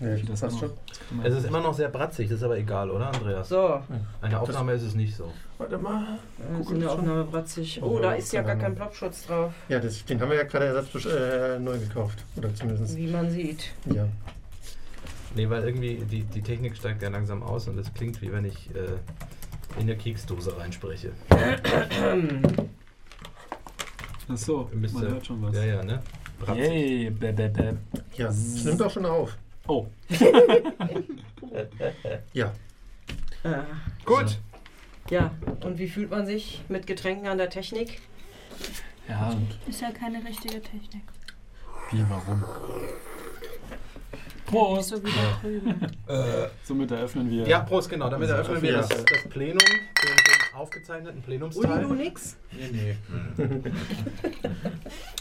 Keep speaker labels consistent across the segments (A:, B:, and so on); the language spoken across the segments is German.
A: Nee,
B: Das
A: passt
B: immer.
A: schon.
B: Das kann man-
C: Es ist immer noch sehr bratzig, das ist aber egal, oder Andreas?
D: So, äh,
C: An der Aufnahme ist es nicht so.
A: Warte mal.
D: dann ist
A: Guck
D: in der
A: schon.
D: Aufnahme bratzig. Oh, da ist ja gar kein Plopschutz drauf,
A: Ja, das, den haben wir ja gerade ersatzbesch- äh, neu gekauft. Oder zumindest.
D: wie man sieht.
A: Ja.
C: Nee, weil irgendwie die, die Technik steigt ja langsam aus und es klingt wie wenn ich äh, in der Keksdose reinspreche.
B: Ach so,
C: Müsste-
B: man hört schon was.
C: Ja, ja, ne? Bratzig.
B: Yay, bäh, bäh, bäh.
A: Ja. Es nimmt auch schon auf.
B: Oh,
A: Ja.
D: Äh,
C: Gut.
D: ja, und wie fühlt man sich mit Getränken an der Technik?
B: ja,
E: Ist ja keine richtige Technik.
B: wie, warum? Prost!
E: So wie da drüben.
C: Äh,
B: Somit eröffnen wir.
C: ja, Prost, genau. Damit eröffnen wir
A: Ja.
C: das, das Plenum, den, den aufgezeichneten
D: Uli, du
C: Plenumsteil.
D: nix?
C: Nee, nee.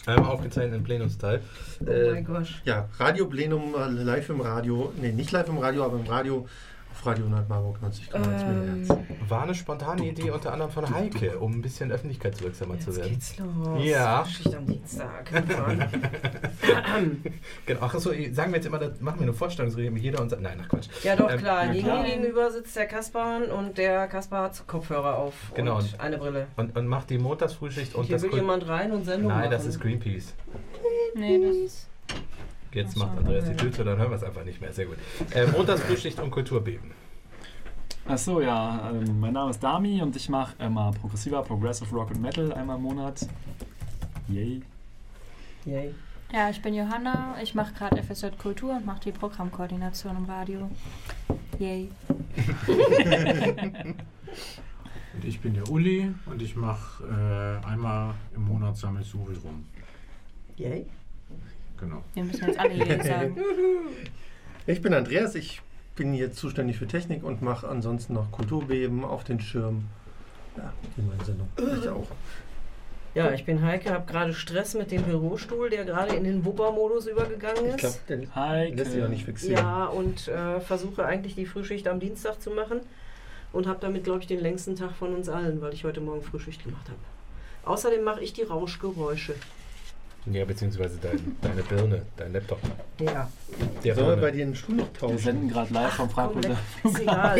C: ähm, aufgezeichneten Plenumsteil.
D: Oh
C: Äh,
D: mein Gott.
A: Ja. Radio Plenum äh, live im Radio. Nee, nicht live im Radio, aber im Radio auf Radio Nordmarburg 90,1
D: Ähm,
A: MHz.
C: War eine spontane Idee unter anderem von Heike, um ein bisschen öffentlichkeitswirksamer zu
D: jetzt
C: werden.
D: geht's los.
C: Ja.
D: Schicht am Dienstag. Mann.
C: Genau. Ach so, sagen wir jetzt immer, das machen wir eine Vorstellungsrede mit jeder und sagt, nein, ach Quatsch.
D: Ja, doch,
C: Ähm,
D: klar.
B: na
D: Gegen
B: klar.
D: mir gegenüber sitzt der Kaspar und der Kaspar hat Kopfhörer auf
C: Genau.
D: und eine Brille.
C: Und, und macht die Montagsfrühschicht und
D: Hier
C: das
D: will
C: Kul-
D: jemand rein und Sendung
C: Nein,
D: machen.
C: das ist Greenpeace.
E: Nee, das ist.
C: Jetzt
E: Ach so.
C: macht Andreas die Tür zu, dann hören wir es einfach nicht mehr. Sehr gut. Äh, Montagsfrühschicht und Kulturbeben.
B: Achso, ja. Ähm, mein Name ist Dami und ich mache immer progressiver Progressive Rock und Metal einmal im Monat. Yay.
D: Yay.
E: Ja, ich bin Johanna. Ich mache gerade FSJ Kultur und mache die Programmkoordination im Radio. Yay.
F: Und ich bin der Uli und ich mache äh, einmal im Monat Sammelsuri rum.
D: Yay.
F: Genau.
E: Wir müssen jetzt alle Yay sagen.
A: Ich bin Andreas. Ich bin hier zuständig für Technik und mache ansonsten noch Kulturbeben auf den Schirm. Ja, in meiner Sendung. Ich auch.
D: Ja, ich bin Heike, habe gerade Stress mit dem Bürostuhl, der gerade in den Wupper-Modus übergegangen
A: Ich glaube,
D: ist.
A: der
B: Hi.
A: lässt sich auch nicht fixieren.
D: Ja, und äh, versuche eigentlich die Frühschicht am Dienstag zu machen und habe damit, glaube ich, den längsten Tag von uns allen, weil ich heute Morgen Frühschicht gemacht habe. Außerdem mache ich die Rauschgeräusche.
C: Ja, beziehungsweise dein, deine Birne, dein Laptop.
D: Ja,
C: Der
A: Sollen wir
C: Birne.
A: bei dir einen Stuhl noch
B: Wir
A: tauschen?
B: senden gerade live vom Frankfurter.
D: ist egal.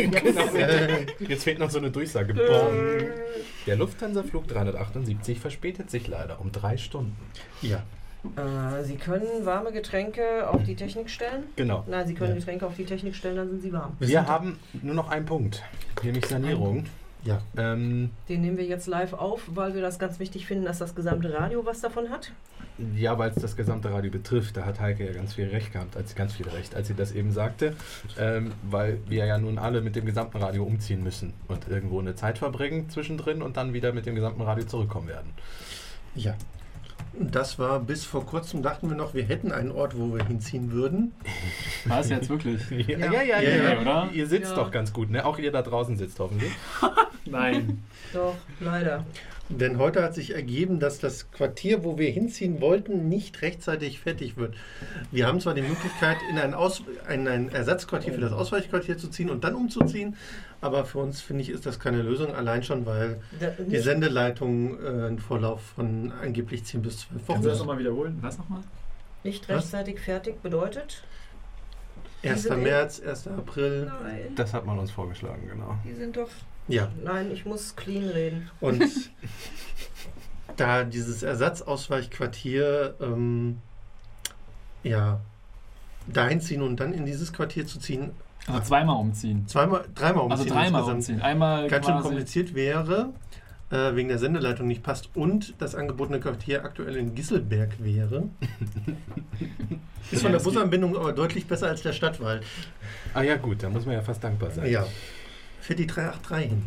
D: Jetzt.
C: Jetzt fehlt noch so eine Durchsage.
D: Genau.
C: Bong.
D: Äh,
C: Der Lufthansa-Flug 378 verspätet sich leider um drei Stunden.
A: Ja.
D: Äh, Sie können warme Getränke auf die Technik stellen?
C: Genau.
D: Nein, Sie können
A: Ja.
D: Getränke auf die Technik stellen, dann sind sie warm.
C: Wir, haben nur noch einen Punkt, nämlich Sanierung.
A: Ja.
C: Ähm,
D: Den nehmen wir jetzt live auf, weil wir das ganz wichtig finden, dass das gesamte Radio was davon hat.
C: Ja, weil es das gesamte Radio betrifft, da hat Heike ja ganz viel Recht gehabt, als ganz viel Recht, als sie das eben sagte, ähm, weil wir ja nun alle mit dem gesamten Radio umziehen müssen und irgendwo eine Zeit verbringen zwischendrin und dann wieder mit dem gesamten Radio zurückkommen werden.
A: Ja. Das war bis vor kurzem, dachten wir noch, wir hätten einen Ort, wo wir hinziehen würden.
B: War es jetzt wirklich?
C: Ja, ja,
A: Ja,
C: ja,
A: ja,
B: oder?
C: Ihr sitzt
D: Ja.
C: doch ganz gut, ne? Auch ihr da draußen sitzt hoffentlich.
B: Nein.
D: Doch, leider.
A: Denn heute hat sich ergeben, dass das Quartier, wo wir hinziehen wollten, nicht rechtzeitig fertig wird. Wir haben zwar die Möglichkeit, in ein, Aus in ein Ersatzquartier für das Ausweichquartier zu ziehen und dann umzuziehen, aber für uns, finde ich, ist das keine Lösung, allein schon, weil
D: Da,
A: die Sendeleitung äh, einen Vorlauf von angeblich 10 bis 12
B: Kannst du das
A: Wochen hat.
B: nochmal wiederholen? Was nochmal?
D: nicht rechtzeitig fertig bedeutet?
A: 1.
D: Diese-
A: März, 1. April.
D: Nein.
C: Das hat man uns vorgeschlagen, genau.
D: Die sind doch.
A: Ja,
D: Nein, ich muss clean reden.
A: Und da dieses Ersatzausweichquartier, ähm, ja, dahin ziehen und dann in dieses Quartier zu ziehen,
B: Also zweimal umziehen.
A: zweimal, dreimal umziehen.
B: Also dreimal
A: insgesamt.
B: umziehen. Einmal
A: Ganz schön
B: quasi
A: kompliziert wäre, äh, wegen der Sendeleitung nicht passt und das angebotene Quartier aktuell in Gisselberg wäre. Ist von der Busanbindung aber deutlich besser als der Stadtwald.
C: Ah ja gut, da muss man ja fast dankbar sein.
A: Ja. Fährt die 383 hin.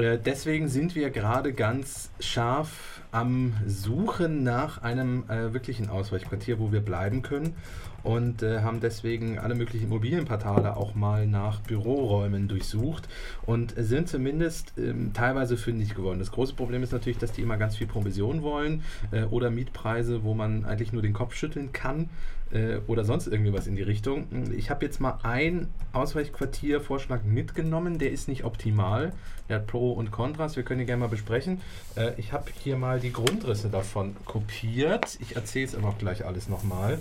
C: Äh, deswegen sind wir gerade ganz scharf am Suchen nach einem äh, wirklichen Ausweichquartier, wo wir bleiben können und äh, haben deswegen alle möglichen Immobilienportale auch mal nach Büroräumen durchsucht und sind zumindest ähm, teilweise fündig geworden. Das große Problem ist natürlich, dass die immer ganz viel Provision wollen äh, oder Mietpreise, wo man eigentlich nur den Kopf schütteln kann äh, oder sonst irgendwie was in die Richtung. Ich habe jetzt mal einen Ausweichquartiervorschlag mitgenommen, der ist nicht optimal. Der hat Pro und Kontras, wir können ihn gerne mal besprechen. Äh, ich habe hier mal die Grundrisse davon kopiert. Ich erzähle es aber auch gleich alles nochmal.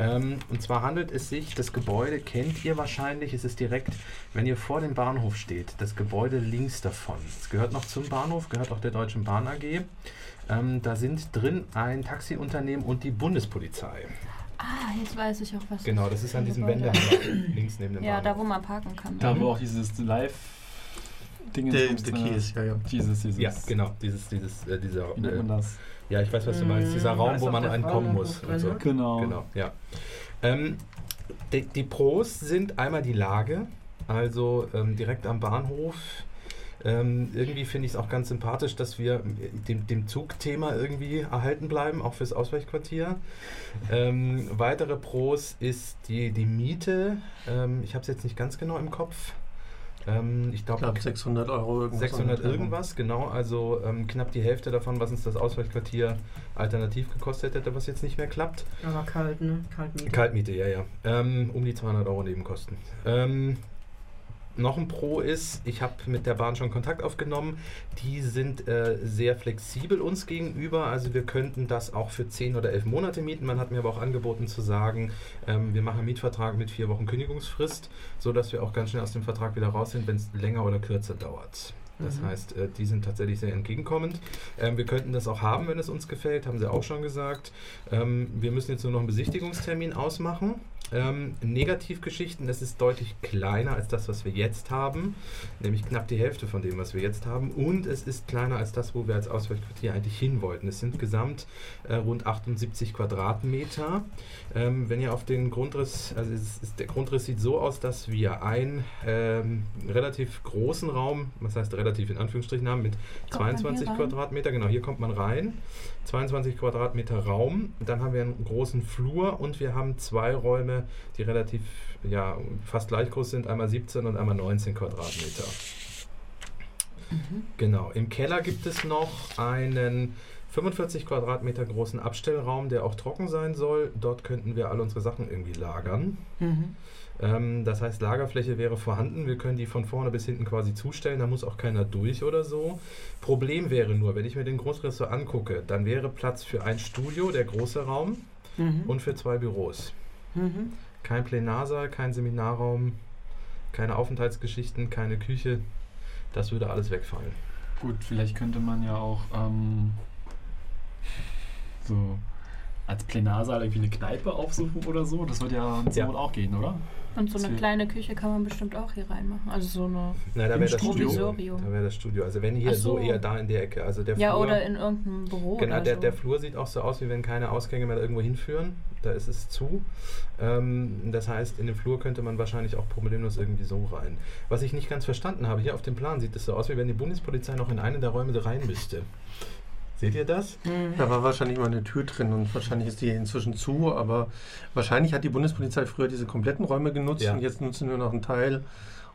C: Ähm, und zwar handelt es sich, das Gebäude kennt ihr wahrscheinlich, es ist direkt, wenn ihr vor dem Bahnhof steht, das Gebäude links davon. Es gehört noch zum Bahnhof, gehört auch der Deutschen Bahn AG. Ähm, da sind drin ein Taxiunternehmen und die Bundespolizei.
E: Ah, jetzt weiß ich auch was.
C: Genau, das ist an diesem
E: Gebäude.
C: Wendehammer links neben dem
E: Ja, da
C: Bahnhof.
E: wo man parken kann.
B: Da,
E: Mhm.
B: wo auch dieses Live-Ding
A: Der, der Key ist, ja, ja.
B: Dieses, dieses.
C: Ja, genau, dieses, dieses, äh, dieser,
B: Wie nennt
C: äh,
B: man das?
C: ja, ich weiß, was du meinst, dieser
D: Mm, da
C: Raum,
D: ist
C: wo
D: auch
C: man
D: der
C: reinkommen muss
D: Frauenhof
C: und
D: drin,
C: so.
D: ne?
B: Genau.
C: Genau, ja. Ähm, die, die Pros sind einmal die Lage, also ähm, direkt am Bahnhof. Ähm, irgendwie finde ich es auch ganz sympathisch, dass wir äh, dem, dem Zugthema irgendwie erhalten bleiben, auch fürs Ausweichquartier. Ähm, weitere Pros ist die, die Miete. Ähm, ich habe es jetzt nicht ganz genau im Kopf. Ähm, ich
A: Ich
C: glaube,
A: glaube 600 Euro irgendwas.
C: 600 irgendwas, genau. Also ähm, knapp die Hälfte davon, was uns das Ausweichquartier alternativ gekostet hätte, was jetzt nicht mehr klappt.
D: Aber kalt, ne? Kalt Miete.
C: Kaltmiete, ja, ja. Ähm, um die 200 Euro Nebenkosten. Ähm, noch ein Pro ist, ich habe mit der Bahn schon Kontakt aufgenommen. Die sind äh, sehr flexibel uns gegenüber. Also wir könnten das auch für 10 oder 11 Monate mieten. Man hat mir aber auch angeboten zu sagen, ähm, wir machen einen Mietvertrag mit vier Wochen Kündigungsfrist, sodass wir auch ganz schnell aus dem Vertrag wieder raus sind, wenn es länger oder kürzer dauert. Das
D: Mhm.
C: heißt, äh, die sind tatsächlich sehr entgegenkommend. Ähm, wir könnten das auch haben, wenn es uns gefällt, haben sie auch schon gesagt. Ähm, wir müssen jetzt nur noch einen Besichtigungstermin ausmachen. Ähm, Negativgeschichten, das ist deutlich kleiner als das, was wir jetzt haben, nämlich knapp die Hälfte von dem, was wir jetzt haben. Und es ist kleiner als das, wo wir als Ausweichquartier eigentlich hin wollten. Es sind gesamt äh, rund 78 Quadratmeter. Ähm, wenn ihr auf den Grundriss, also es ist, der Grundriss sieht so aus, dass wir einen ähm, relativ großen Raum, was heißt relativ in Anführungsstrichen haben, mit
E: Kommt man hier
C: 22
E: rein?
C: Quadratmeter, genau hier kommt man rein. 22 Quadratmeter Raum. Dann haben wir einen großen Flur und wir haben zwei Räume, die relativ ja, fast gleich groß sind. Einmal 17 und einmal 19 Quadratmeter.
D: Mhm.
C: Genau. Im Keller gibt es noch einen 45 Quadratmeter großen Abstellraum, der auch trocken sein soll. Dort könnten wir all unsere Sachen irgendwie lagern.
D: Mhm.
C: Ähm, das heißt, Lagerfläche wäre vorhanden. Wir können die von vorne bis hinten quasi zustellen. Da muss auch keiner durch oder so. Problem wäre nur, wenn ich mir den Großriss so angucke, dann wäre Platz für ein Studio, der große Raum,
D: Mhm.
C: und für zwei Büros.
D: Mhm.
C: Kein Plenarsaal, kein Seminarraum, keine Aufenthaltsgeschichten, keine Küche. Das würde alles wegfallen.
B: Gut, vielleicht könnte man ja auch ähm, so als Plenarsaal irgendwie eine Kneipe aufsuchen oder so. Das wird ja zur
C: Ja.
B: Not auch gehen, oder?
E: Und so eine
B: Ziel.
E: kleine Küche kann man bestimmt auch hier reinmachen. Also so eine.
C: Na, da
B: Im
C: wäre das
B: Studio.
C: Studio.
E: Provisorium.
C: Da wäre das Studio. Also wenn hier
E: Ach
C: so.
E: so.
C: eher da in der Ecke. Also der
E: Ja,
C: Flur,
E: oder in irgendeinem Büro.
C: Genau,
E: oder
C: der,
E: so.
C: der Flur sieht auch so aus, wie wenn keine Ausgänge mehr da irgendwo hinführen. Da ist es zu. Ähm, das heißt, in den Flur könnte man wahrscheinlich auch problemlos irgendwie so rein. Was ich nicht ganz verstanden habe, hier auf dem Plan sieht es so aus, wie wenn die Bundespolizei noch in einen der Räume rein müsste. Seht ihr das?
D: Mhm.
A: Da war wahrscheinlich mal eine Tür drin und wahrscheinlich ist die inzwischen zu, aber wahrscheinlich hat die Bundespolizei früher diese kompletten Räume genutzt
C: Ja.
A: und jetzt nutzen sie nur noch einen Teil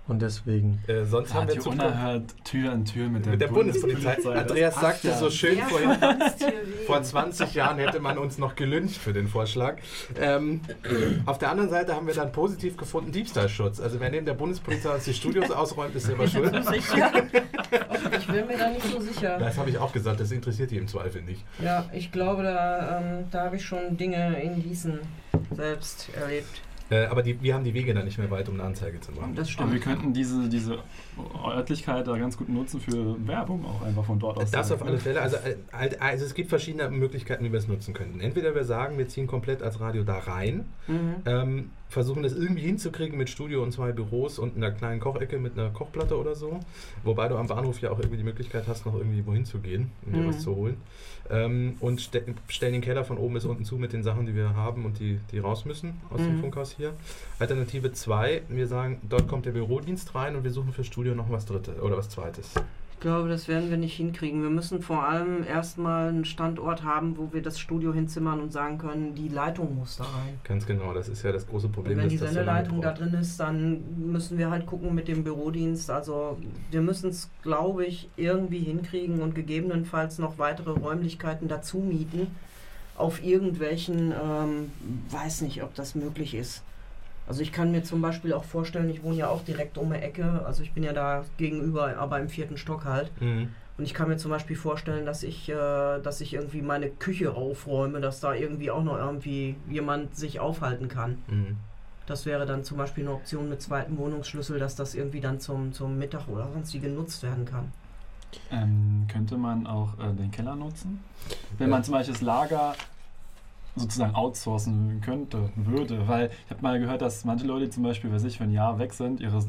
A: und deswegen.
C: Äh, sonst haben wir
B: Radio
C: Zugang
B: unerhört Tür an Tür mit der,
C: mit der Bundespolizei. Andreas
B: Das passt
C: sagte
B: ja.
C: so schön
D: Ja,
C: vorhin,
D: verwanzt hier wie-
C: Vor 20 Jahren hätte man uns noch gelünscht für den Vorschlag. Ähm, auf der anderen Seite haben wir dann positiv gefunden Diebstahlschutz. Also wer neben der Bundespolizei uns die Studios ausräumt, ist selber schuld.
D: Ich bin mir da nicht so sicher.
C: Das habe ich auch gesagt, das interessiert die im Zweifel nicht.
D: Ja, ich glaube, da, ähm, da habe ich schon Dinge in Gießen selbst erlebt.
C: Äh, aber die, wir haben die Wege dann nicht mehr weit, um eine Anzeige zu machen.
D: Das
B: Aber wir
D: stimmt.
B: könnten diese, diese Örtlichkeit da ganz gut nutzen für Werbung auch einfach von dort aus.
C: Das auf
B: direkt,
C: alle
B: ne?
C: Fälle. Also, äh, halt, also es gibt verschiedene Möglichkeiten, wie wir es nutzen könnten. Entweder wir sagen, wir ziehen komplett als Radio da rein,
D: Mhm.
C: ähm, versuchen das irgendwie hinzukriegen mit Studio und zwei Büros und einer kleinen Kochecke mit einer Kochplatte oder so. Wobei du am Bahnhof ja auch irgendwie die Möglichkeit hast, noch irgendwie wohin zu gehen und dir
D: Mhm.
C: was zu holen. Ähm, und ste stellen den Keller von oben bis unten zu mit den Sachen, die wir haben und die, die raus müssen aus dem
D: Mhm.
C: Funkhaus hier. Alternative 2, wir sagen, dort kommt der Bürodienst rein und wir suchen für Studio noch was Drittes oder was Zweites.
D: Ich glaube, das werden wir nicht hinkriegen. Wir müssen vor allem erstmal einen Standort haben, wo wir das Studio hinzimmern und sagen können, die Leitung muss da rein.
C: Ganz genau, das ist ja das große Problem.
D: Und wenn
C: dass
D: die
C: das so lange
D: Sendeleitung da
C: braucht.
D: drin ist, dann müssen wir halt gucken mit dem Bürodienst. Also wir müssen es, glaube ich, irgendwie hinkriegen und gegebenenfalls noch weitere Räumlichkeiten dazu mieten auf irgendwelchen, ähm, weiß nicht, ob das möglich ist. Also ich kann mir zum Beispiel auch vorstellen, ich wohne ja auch direkt um die Ecke, also ich bin ja da gegenüber, aber im vierten Stock halt.
C: Mhm.
D: Und ich kann mir zum Beispiel vorstellen, dass ich, äh, dass ich irgendwie meine Küche aufräume, dass da irgendwie auch noch irgendwie jemand sich aufhalten kann.
C: Mhm.
D: Das wäre dann zum Beispiel eine Option mit zweitem Wohnungsschlüssel, dass das irgendwie dann zum, zum Mittag oder sonst wie genutzt werden kann.
B: Ähm, könnte man auch äh, den Keller nutzen? Wenn
C: Ja.
B: man zum Beispiel das Lager sozusagen outsourcen könnte, würde. Weil ich habe mal gehört, dass manche Leute zum Beispiel, weiß ich, für ein Jahr weg sind, ihre,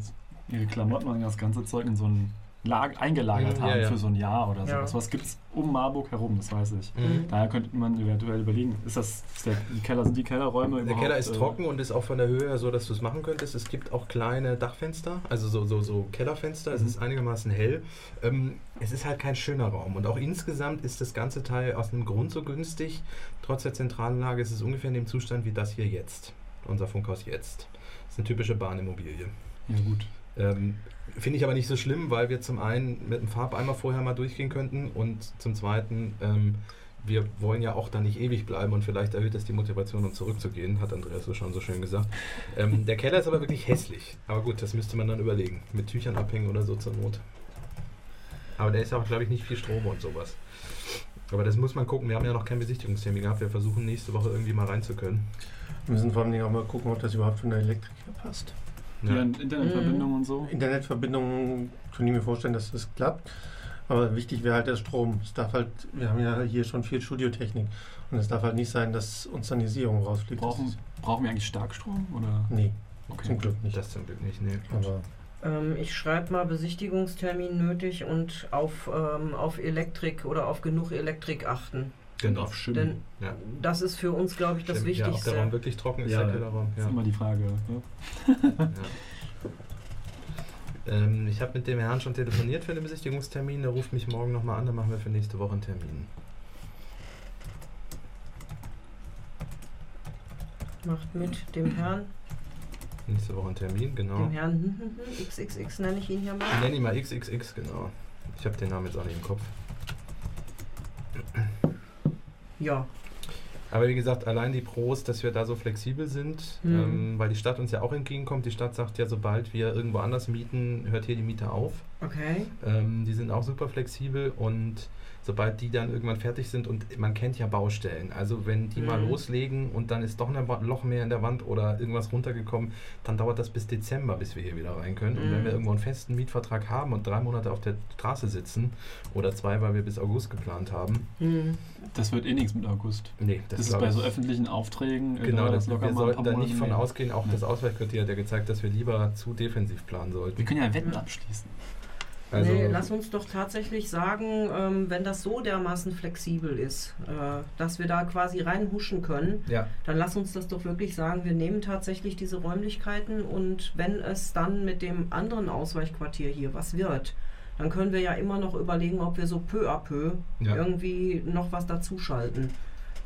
B: ihre Klamotten und das ganze Zeug in so ein Lager eingelagert
C: Mhm, ja,
B: haben
C: ja.
B: für so ein Jahr oder so.
D: Ja.
B: Was gibt es um Marburg herum, das weiß ich.
C: Mhm.
B: Daher könnte man eventuell überlegen, ist das ist der, die Keller, sind die Kellerräume
C: Der
B: überhaupt?
C: Keller ist
B: äh,
C: trocken und ist auch von der Höhe her so, dass du es machen könntest. Es gibt auch kleine Dachfenster, also so, so, so Kellerfenster. Es
B: Mhm.
C: ist einigermaßen hell. Ähm, es ist halt kein schöner Raum. Und auch insgesamt ist das ganze Teil aus einem Grund so günstig. Trotz der zentralen Lage ist es ungefähr in dem Zustand wie das hier jetzt. Unser Funkhaus jetzt. Das ist eine typische Bahnimmobilie.
B: Ja gut.
C: Ähm, Finde ich aber nicht so schlimm, weil wir zum einen mit dem Farbeimer vorher mal durchgehen könnten und zum zweiten, ähm, wir wollen ja auch da nicht ewig bleiben und vielleicht erhöht das die Motivation, um zurückzugehen, hat Andreas so schon so schön gesagt. Ähm, der Keller ist aber wirklich hässlich. Aber gut, das müsste man dann überlegen. Mit Tüchern abhängen oder so zur Not. Aber da ist auch, glaube ich, nicht viel Strom und sowas. Aber das muss man gucken. Wir haben ja noch keinen Besichtigungstermin gehabt. Wir versuchen nächste Woche irgendwie mal rein zu können.
A: Wir müssen vor allem auch mal gucken, ob das überhaupt von der Elektrik her passt.
B: Ja. Internetverbindung und so.
A: Internetverbindung könnte ich mir vorstellen, dass das klappt. Aber wichtig wäre halt der Strom. Es darf halt, wir haben ja hier schon viel Studiotechnik. Und es darf halt nicht sein, dass uns dann die Sicherung rausfliegt. Das
B: Brauchen,
A: ist-
B: brauchen wir eigentlich Starkstrom? Oder?
A: Nee,
B: Okay.
A: zum Glück nicht.
C: Das zum Glück nicht. Nee.
A: Aber
D: Ähm, ich schreibe mal Besichtigungstermin nötig und auf, ähm, auf Elektrik oder auf genug Elektrik achten.
B: Und
C: Genau.
B: auf Schimmel.
D: Denn
C: Ja.
D: das ist für uns, glaube ich, das
C: Stimmt, Ja, ob
D: Wichtigste.
C: der Raum wirklich trocken ist,
B: Ja,
C: der
B: ja.
C: Kellerraum.
B: ist
C: Ja.
B: immer die Frage. Ne?
C: Ja. Ähm, ich habe mit dem Herrn schon telefoniert für den Besichtigungstermin. Der ruft mich morgen nochmal an, dann machen wir für nächste Woche einen Termin.
D: Macht mit dem Herrn,
C: Nächste Woche einen Termin, genau.
D: dem Herrn XXX nenne ich ihn hier mal.
C: Ich nenne ihn mal XXX, genau. Ich habe den Namen jetzt auch nicht im Kopf.
D: Ja,
C: Aber wie gesagt, allein die Pros, dass wir da so flexibel sind,
D: Mhm.
C: ähm, weil die Stadt uns ja auch entgegenkommt. Die Stadt sagt ja, sobald wir irgendwo anders mieten, hört hier die Miete auf.
D: okay.
C: Ähm, die sind auch super flexibel und sobald die dann irgendwann fertig sind und man kennt ja Baustellen, also wenn die mal
D: Mhm.
C: loslegen und dann ist doch ein Wa- Loch mehr in der Wand oder irgendwas runtergekommen, dann dauert das bis Dezember, bis wir hier wieder rein können. Und
D: Mhm.
C: wenn wir irgendwo einen festen Mietvertrag haben und drei Monate auf der Straße sitzen oder zwei, weil wir bis August geplant haben,
D: Hm.
B: Das wird eh nichts mit August.
C: nee,
B: Das,
C: das,
B: ist
C: glaub
B: bei
C: ich-
B: so öffentlichen Aufträgen. äh,
C: Genau,
B: dauert
C: das wir
B: mal ein
C: sollten
B: paar
C: da
B: Monate
C: nicht von
B: mehr.
C: ausgehen. Auch
B: Ja.
C: das Ausweichquartier hat ja gezeigt, dass wir lieber zu defensiv planen
B: Wir
C: sollten.
B: können ja Wetten
D: Ja.
B: abschließen.
C: Also,
D: nee, lass uns doch tatsächlich sagen, ähm, wenn das so dermaßen flexibel ist, äh, dass wir da quasi reinhuschen können,
C: ja,
D: dann lass uns das doch wirklich sagen, wir nehmen tatsächlich diese Räumlichkeiten und wenn es dann mit dem anderen Ausweichquartier hier was wird, dann können wir ja immer noch überlegen, ob wir so peu à peu
C: ja.
D: irgendwie noch was dazuschalten.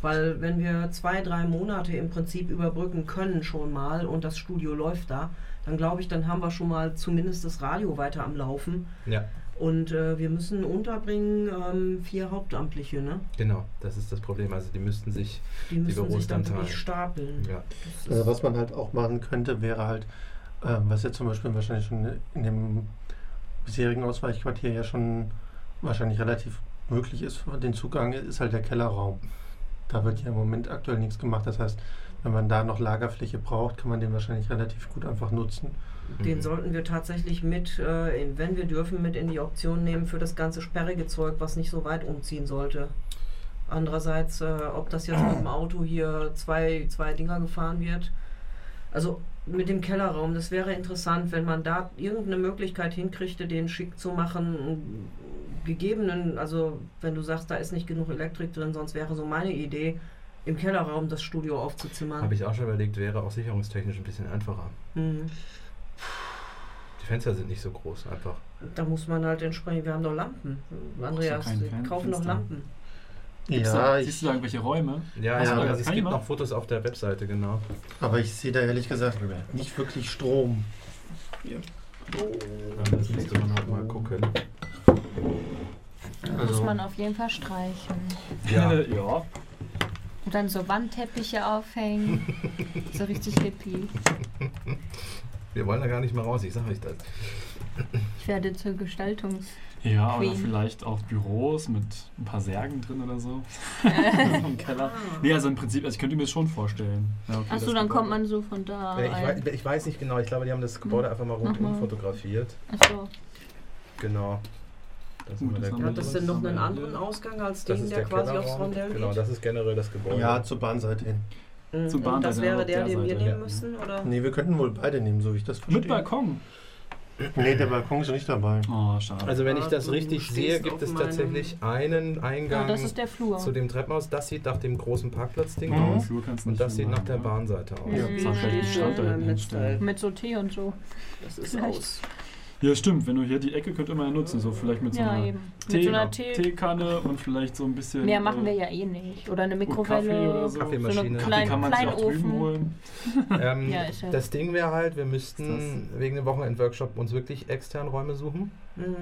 D: Weil wenn wir zwei, drei Monate im Prinzip überbrücken können schon mal und das Studio läuft da, dann glaube ich, dann haben wir schon mal zumindest das Radio weiter am Laufen.
C: ja.
D: Und äh, wir müssen unterbringen ähm, vier Hauptamtliche, ne?
C: Genau, das ist das Problem. Also die müssten sich,
D: Die müssen
C: Büros
D: sich dann
C: dann
D: wirklich
C: teilen.
D: stapeln.
B: Mhm.
C: ja,
D: Das
A: Also
D: ist-
A: was man halt auch machen könnte, wäre halt, ähm, was jetzt zum Beispiel wahrscheinlich schon in dem bisherigen Ausweichquartier ja schon wahrscheinlich relativ möglich ist für den Zugang, ist halt der Kellerraum. Da wird ja im Moment aktuell nichts gemacht. Das heißt, wenn man da noch Lagerfläche braucht, kann man den wahrscheinlich relativ gut einfach nutzen.
D: Den
C: Mhm.
D: sollten wir tatsächlich mit, äh, in, wenn wir dürfen, mit in die Option nehmen für das ganze sperrige Zeug, was nicht so weit umziehen sollte. Andererseits, äh, ob das jetzt mit dem Auto hier zwei, zwei Dinger gefahren wird. Also mit dem Kellerraum, das wäre interessant, wenn man da irgendeine Möglichkeit hinkriegte, den schick zu machen. Gegebenen, also wenn du sagst, da ist nicht genug Elektrik drin, sonst wäre so meine Idee, im Kellerraum das Studio aufzuzimmern.
C: habe ich auch schon überlegt, wäre auch sicherungstechnisch ein bisschen einfacher.
D: Mhm.
C: Die Fenster sind nicht so groß, einfach.
D: Da muss man halt entsprechend, wir haben doch Lampen. Andreas,
B: keinen
D: wir
B: Fan-
D: kaufen doch
B: Fenster.
D: Lampen.
B: Siehst du-
A: Ja,
B: siehst
A: ich,
B: du da irgendwelche Räume?
C: Ja,
A: Also,
C: ja,
B: das
C: also es
B: kann ich
C: gibt
B: machen.
C: noch Fotos auf der Webseite, genau.
A: aber ich sehe da ehrlich gesagt nicht wirklich Strom.
C: Das müsste man halt mal gucken.
E: Muss
A: Also-
E: man auf jeden Fall streichen.
C: Ja.
B: Äh, ja.
E: Und dann so Wandteppiche aufhängen. so richtig hippie.
C: Wir wollen da gar nicht mal raus, ich sage euch das.
E: Ich werde zur Gestaltungs.
B: Ja, oder
E: Queen.
B: vielleicht auch Büros mit ein paar Särgen drin oder so. Im Keller. Nee, also im Prinzip, also ich könnte mir das schon vorstellen. Ja, okay,
E: Achso,
B: das
E: dann
B: geht
E: kommt
B: auch.
E: man Ah. so von da.
C: Äh, Ich,
E: rein.
C: wei- ich weiß nicht genau, ich glaube, die haben das Gebäude einfach mal rundum
D: Mhm.
E: Nochmal.
C: fotografiert.
E: Achso.
C: Genau. Das,
B: Gut, das
C: war der
B: haben wir
D: Hat das denn noch einen anderen Ausgang als
C: das
D: den,
C: ist
D: der
C: der
D: quasi
C: Kellerraum.
D: aufs Rondell
C: Genau,
D: geht?
C: das ist generell das Gebäude.
A: Ja, zur Bahnseite hin.
D: Mhm.
B: Zum
D: Und das
B: Bahnseite,
D: wäre
B: auf
D: der,
B: der
D: den wir
B: Seite,
D: nehmen
B: ja.
D: müssen? Oder?
A: Nee, wir könnten wohl beide nehmen, so wie ich das verstehe.
B: Mit Balkon.
A: Nee, der Balkon ist nicht dabei.
B: Oh, schade.
C: Also wenn ich
D: Ah,
C: das
D: du
C: richtig
D: stehst
C: sehe,
D: auf
C: gibt es
D: meinem-
C: tatsächlich einen
E: Ja,
C: Eingang
E: das ist der Flur.
C: zu dem Treppenhaus. Das sieht nach dem großen Parkplatzding
A: Mhm.
C: aus.
B: Flur kannst du
C: Und
B: nicht
C: das sieht nach
B: hinmachen,
C: der
B: ne?
C: Bahnseite aus.
E: Ja.
B: Das war vielleicht die
E: Mhm.
B: Stadt da hinten
D: Mit
B: hinstellen.
E: Mit so Tee und so.
D: Das ist
E: Vielleicht.
D: aus.
B: Ja, stimmt. Wenn du hier die Ecke könnt ihr mal ja nutzen. So vielleicht mit so
E: ja,
B: einer
E: eben.
B: Tee-
E: mit so einer Tee.
B: Teekanne und vielleicht so ein bisschen.
E: Mehr machen wir
B: äh,
E: ja eh nicht. Oder eine
B: gut Kaffee oder
E: Mikrowelle.
B: so.
C: Kaffee-
E: So eine
C: Maschine.
B: Kaffee kann
E: kleinen
B: man sich auch drüben
E: Kleinofen.
B: holen.
C: Ähm,
E: Ja, ist ja.
C: Das Ding wäre halt, wir müssten wegen dem Wochenendworkshop uns wirklich extern Räume suchen
D: Mhm.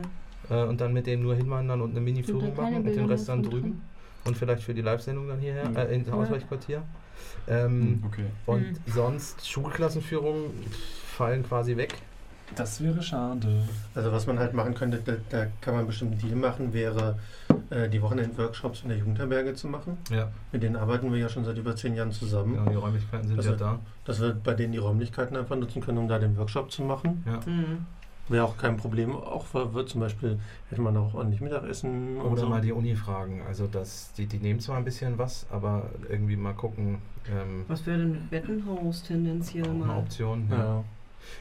C: äh, und dann mit denen nur hinwandern und eine
E: Sind da
C: Mini-Führung
E: keine
C: machen und den
E: Bilder
C: Rest dann
E: davon
C: drüben. Und vielleicht für die Live-Sendung dann hierher,
B: Ja.
C: äh, ins
E: Mhm. Ja.
C: Ausweichquartier. Ähm,
B: Hm, Okay.
C: Und
E: Mhm.
C: sonst Schulklassenführungen fallen quasi weg.
B: Das wäre schade.
A: Also was man halt machen könnte, da, da kann man bestimmt einen Deal machen, wäre äh, die Wochenendworkshops in der Jugendherberge zu machen.
C: Ja.
A: Mit denen arbeiten wir ja schon seit über zehn Jahren zusammen.
C: die Räumlichkeiten sind
A: Also-
C: ja da.
A: Dass wir bei denen die Räumlichkeiten einfach nutzen können, um da den Workshop zu machen.
D: Mhm.
A: Wäre auch kein Problem. Auch weil wir zum Beispiel hätte man auch ordentlich Mittagessen und
C: Oder
A: so.
C: mal die Uni fragen. Also das, die, die nehmen zwar ein bisschen was, aber irgendwie mal gucken. Ähm,
D: Was wäre denn mit Bettenhaus tendenziell
C: auch eine
D: mal?
C: Option. Ja.
A: ja.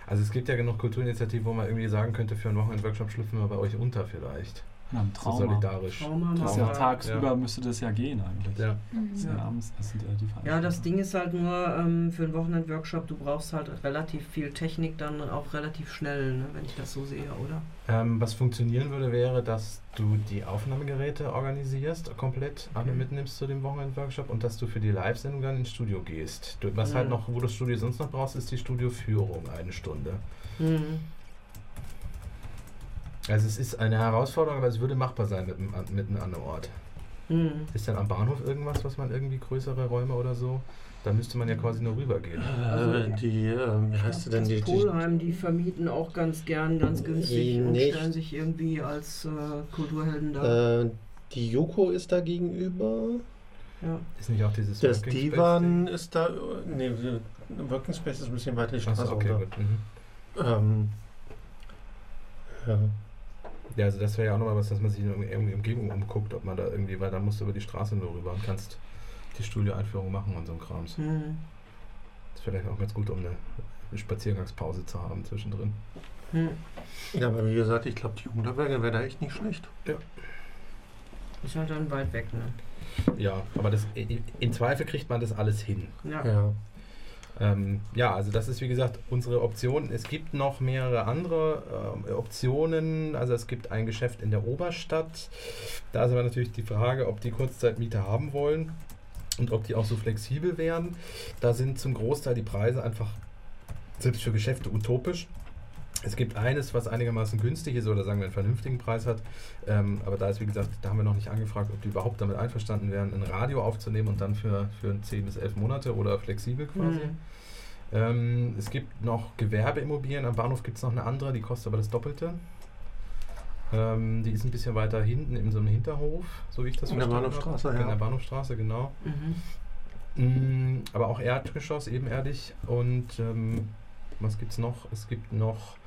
C: Also es gibt ja genug Kulturinitiativen, wo man irgendwie sagen könnte, für einen Wochenendworkshop schlüpfen wir bei euch unter vielleicht.
B: Na, ein
C: So
B: Trauma.
C: solidarisch.
D: Trauma
B: Das ist
D: mal.
B: ja tagsüber müsste das ja gehen eigentlich.
C: Ja.
B: Das
E: Mhm.
B: ist ja,
D: Ja.
B: abends, das sind ja die
D: Ja,
B: Veranstaltungen.
D: das Ding ist halt nur ähm, für einen Wochenendworkshop, du brauchst halt relativ viel Technik dann auch relativ schnell, ne, wenn ich das so sehe, oder?
C: Ähm, was funktionieren würde, wäre, dass du die Aufnahmegeräte organisierst, komplett alle
D: Okay.
C: mitnimmst zu dem Wochenendworkshop und dass du für die Live-Sendung dann ins Studio gehst. Du, was halt
D: Mhm.
C: noch, wo du das Studio sonst noch brauchst, ist die Studioführung eine Stunde.
D: Mhm.
C: Also es ist eine Herausforderung, aber es würde machbar sein mit, einem an- mit einem anderen Ort.
D: Mhm.
C: Ist dann am Bahnhof irgendwas, was man irgendwie größere Räume oder so? Da müsste man ja quasi nur rübergehen.
A: Äh, die, ähm, wie heißt sie denn? Die,
D: Das
A: die,
D: Polheim, die vermieten auch ganz gern, ganz günstig
A: Die
D: und
A: nicht.
D: stellen sich irgendwie als äh, Kulturhelden da.
A: äh, die Joko ist da gegenüber.
D: Ja.
C: Ist nicht auch dieses
A: Das
C: Working Space
A: Divan
C: Ding?
A: ist da. Nee, äh, Working Space ist ein bisschen weiter die Straße
C: Achso, okay,
A: runter.
C: gut. Mhm.
A: Ähm, ja.
C: Ja, also das wäre ja auch nochmal was, dass man sich in der Um- Umgebung umguckt, ob man da irgendwie, weil da musst du über die Straße nur rüber und kannst die Studioeinführung machen und so ein Krams.
D: Mhm.
C: Ist vielleicht auch ganz gut, um eine Spaziergangspause zu haben zwischendrin.
D: Mhm.
A: ja, aber wie gesagt, ich glaube, die Jugendherberge wäre da echt nicht schlecht.
D: Ist halt dann weit weg, ne?
C: Ja, aber das, i- im Zweifel kriegt man das alles hin.
D: Ja.
A: Ja.
C: Ähm, ja, also das ist wie gesagt unsere Option. Es gibt noch mehrere andere ähm, Optionen. Also es gibt ein Geschäft in der Oberstadt. Da ist aber natürlich die Frage, ob die Kurzzeitmieter haben wollen und ob die auch so flexibel wären. Da sind zum Großteil die Preise einfach selbst für Geschäfte utopisch. Es gibt eines, was einigermaßen günstig ist oder sagen wir einen vernünftigen Preis hat. Ähm, aber da ist, wie gesagt, da haben wir noch nicht angefragt, ob die überhaupt damit einverstanden wären, ein Radio aufzunehmen und dann für, für 10 bis 11 Monate oder flexibel quasi.
D: Mhm.
C: Ähm, es gibt noch Gewerbeimmobilien. Am Bahnhof gibt es noch eine andere, die kostet aber das Doppelte. Ähm, die ist ein bisschen weiter hinten in so einem Hinterhof, so wie ich das
A: In der
C: verstanden
A: Bahnhofstraße,
C: habe.
A: ja.
C: In der Bahnhofstraße, genau.
D: Mhm.
C: Mm, aber auch Erdgeschoss, ebenerdig. Und ähm, was gibt's noch? Es gibt noch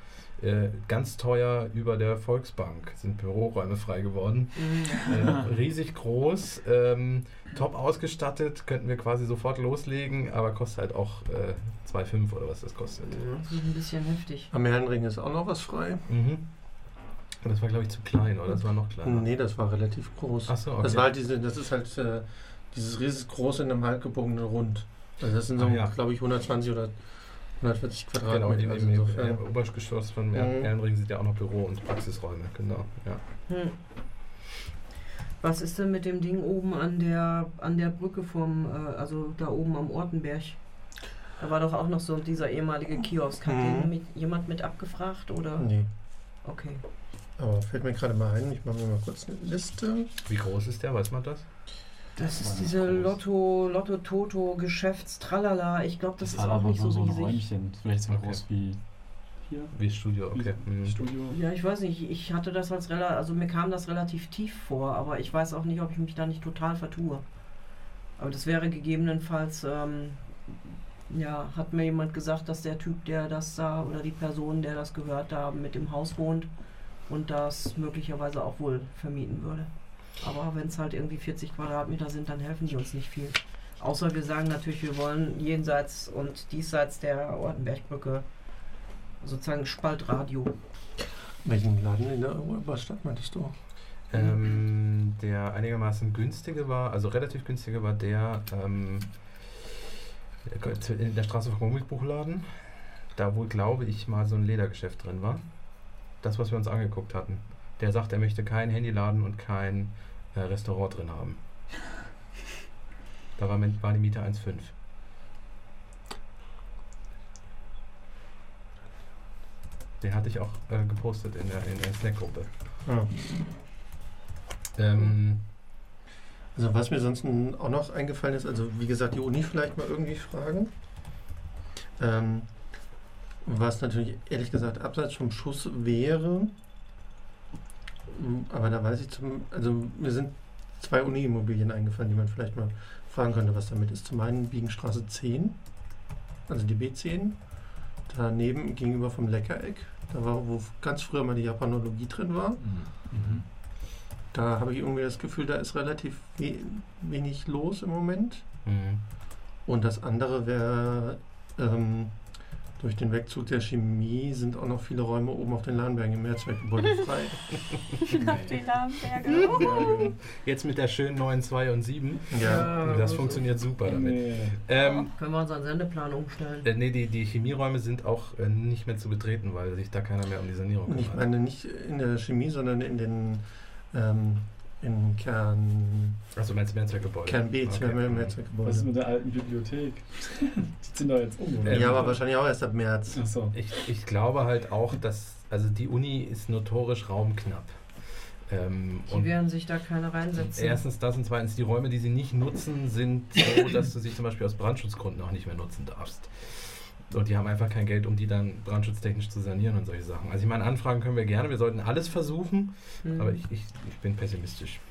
C: äh, ganz teuer über der Volksbank sind Büroräume frei geworden.
D: Mhm.
C: Äh, riesig groß, ähm, top ausgestattet, könnten wir quasi sofort loslegen, aber kostet halt auch äh, 2,5 oder was das kostet.
A: Mhm.
D: Das ist ein bisschen heftig.
A: Am Herrenring ist auch noch was frei.
C: Mhm. Und das war, glaube ich, zu klein, oder? Das war noch kleiner.
A: Nee, das war relativ groß.
C: Achso, okay.
A: Das war halt diese, das ist halt äh, dieses riesig groß in einem halbgebogenen Rund. Also das sind so,
C: Ah, ja.
A: glaube ich, 120 oder 140
C: genau,
A: Quadratmeter.
C: im,
A: also
C: im, im,
A: insofern.
C: im Obergeschoss von Mer-
A: Mhm.
C: Ehrenring sind ja auch noch Büro- und Praxisräume, genau. Ja.
D: Hm. Was ist denn mit dem Ding oben an der an der Brücke vom, äh, also da oben am Ortenberg? Da war doch auch noch so dieser ehemalige Kiosk. Hat
A: Mhm.
D: den mit, jemand mit abgefragt oder?
A: Nee,
D: Okay.
A: aber fällt mir gerade mal ein. Ich mache mir mal kurz eine Liste.
C: Wie groß ist der? Weiß man das?
D: Das
B: Das war
D: ist
B: nicht
D: diese
B: groß.
D: Lotto, Lotto Toto Geschäftstralala. Ich glaube, das,
B: Das
D: ist
B: war
D: auch
B: aber
D: nicht so
B: so, so ein
D: riesig.
B: Räumchen. Vielleicht so
C: Okay.
B: groß wie hier.
C: Wie Studio, okay. Mhm.
B: Studio.
D: Ja, ich weiß nicht, ich hatte das als relativ, also mir kam das relativ tief vor, aber ich weiß auch nicht, ob ich mich da nicht total vertue. Aber das wäre gegebenenfalls, ähm, ja, hat mir jemand gesagt, dass der Typ, der das sah oder die Person, der das gehört da mit im Haus wohnt und das möglicherweise auch wohl vermieten würde. Aber wenn es halt irgendwie 40 Quadratmeter sind, dann helfen die uns nicht viel. Außer wir sagen natürlich, wir wollen jenseits und diesseits der Ortenbergbrücke sozusagen Spaltradio.
A: Welchen Laden in der Oberstadt meintest du?
C: Ähm, der einigermaßen günstige war, also relativ günstige war der ähm, äh, in der Straße vom Comicbuchladen, da wo, glaube ich, mal so ein Ledergeschäft drin war. Das, was wir uns angeguckt hatten. Der sagt, er möchte keinen Handyladen und kein äh, Restaurant drin haben. Da war, mein- war die Miete 1,5. Den hatte ich auch äh, gepostet in der, in der Snackgruppe.
A: Ja.
C: Ähm,
A: Also was mir sonst n- auch noch eingefallen ist, also wie gesagt, die Uni vielleicht mal irgendwie fragen. Ähm, was natürlich ehrlich gesagt abseits vom Schuss wäre. M, Aber da weiß ich zum, also mir sind zwei Uni-Immobilien eingefallen, die man vielleicht mal fragen könnte, was damit ist. Zum einen Biegenstraße 10, also die B10, daneben gegenüber vom Leckereck, da war, wo ganz früher mal die Japanologie drin war.
F: Mhm.
A: Da habe ich irgendwie das Gefühl, da ist relativ we wenig los im Moment.
C: mh.
A: Und das andere wäre, ähm, durch den Wegzug der Chemie sind auch noch viele Räume oben auf den Lahnbergen im Mehrzweckgebäude frei.
E: Auf die Lahmberge.
C: Mhm. Jetzt mit der schönen neuen 2 und 7.
A: ja.
C: Das funktioniert super damit.
B: Nee.
C: Ähm,
D: Können also, wir unseren Sendeplan umstellen?
C: äh, nee, die, die Chemieräume sind auch äh, nicht mehr zu betreten, weil sich da keiner mehr um die Sanierung
A: Und ich
C: kümmert.
A: meine nicht in der Chemie, sondern in den ähm, in Kern,
C: Also meinst du Mehrzweckgebäude?
A: Kern B, okay.
B: Was ist
A: Mehrzweckgebäude.
B: mit der alten Bibliothek? Die ziehen da jetzt um, oder?
C: mit-
A: Ja, aber wahrscheinlich auch erst ab März.
B: Achso.
C: Ich, ich glaube halt auch, dass also die Uni ist notorisch raumknapp. Ähm,
D: Die
C: und
D: werden sich da keine reinsetzen.
C: erstens das und zweitens die Räume, die sie nicht nutzen, sind so, dass du sie zum Beispiel aus Brandschutzgründen auch nicht mehr nutzen darfst. Und die haben einfach kein Geld, um die dann brandschutztechnisch zu sanieren und solche Sachen. Also ich meine, Anfragen können wir gerne, wir sollten alles versuchen,
E: Mhm.
D: Hm.
C: aber ich, ich, ich bin pessimistisch.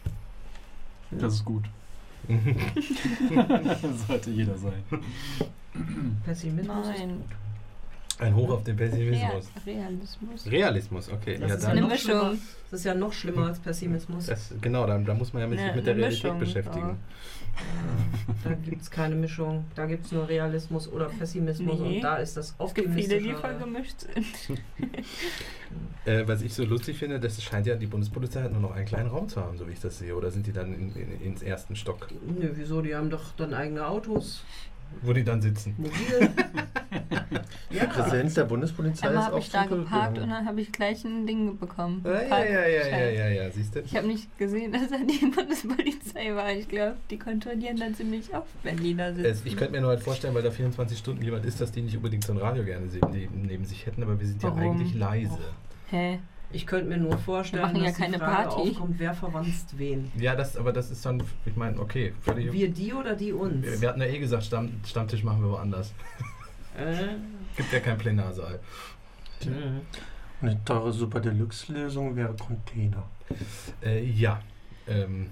B: Das ist gut. Sollte jeder sein.
D: Pessimismus. ist-
E: Nein.
C: Ein Hoch auf den
E: Real-
C: Pessimismus.
E: Realismus.
C: Realismus, okay.
D: Das
C: Ja,
D: ist
E: Eine
C: dann,
D: noch
E: Mischung.
D: Das ist ja noch schlimmer als Pessimismus.
C: das, genau, dann, dann muss man ja mit, sich
E: Ne,
C: mit der
E: eine
C: Realität
E: Mischung,
C: beschäftigen.
E: ja.
D: Äh, Da gibt es keine Mischung. Da gibt es nur Realismus oder Pessimismus.
E: Nee.
D: Und da ist das
E: Es gibt viele, die
D: optimistisch.
E: voll gemischt sind. Oh.
C: Äh, was ich so lustig finde, das scheint ja, die Bundespolizei hat nur noch einen kleinen Raum zu haben, so wie ich das sehe. Oder sind die dann in, in, ins ersten Stock,
D: Nö, wieso? Die haben doch dann eigene Autos.
C: wo die dann sitzen?
D: Mobil.
A: Die Präsenz der Bundespolizei
E: Einmal
A: ist
E: habe
A: auch
E: ich da
A: zurückgegangen.
E: geparkt und dann habe ich gleich ein Ding bekommen.
C: Ja, ja, ja, ja, ja, ja, ja, siehst du?
E: Ich habe nicht gesehen, dass da die Bundespolizei war. Ich glaube, die kontrollieren dann ziemlich oft, wenn die da sitzen.
C: Es, ich könnte mir nur halt vorstellen, weil da 24 Stunden jemand ist, dass die nicht unbedingt so ein Radio gerne se- die neben sich hätten, aber wir sind ja
E: Warum?
C: eigentlich leise.
E: Hä?
D: Ich könnte mir nur vorstellen,
E: Wir machen ja
D: dass
E: keine
D: die Frage
E: Party.
D: aufkommt, wer verwandt wen.
C: Ja, das, aber das ist dann, ich meine, okay, völlig.
D: Wir die oder die uns?
C: wir, wir hatten ja eh gesagt, Stamm, Stammtisch machen wir woanders.
D: Äh,
C: Gibt ja keinen Plenarsaal.
D: äh.
A: Eine teure Super Deluxe-Lösung wäre Container.
C: Äh, ja. Ähm,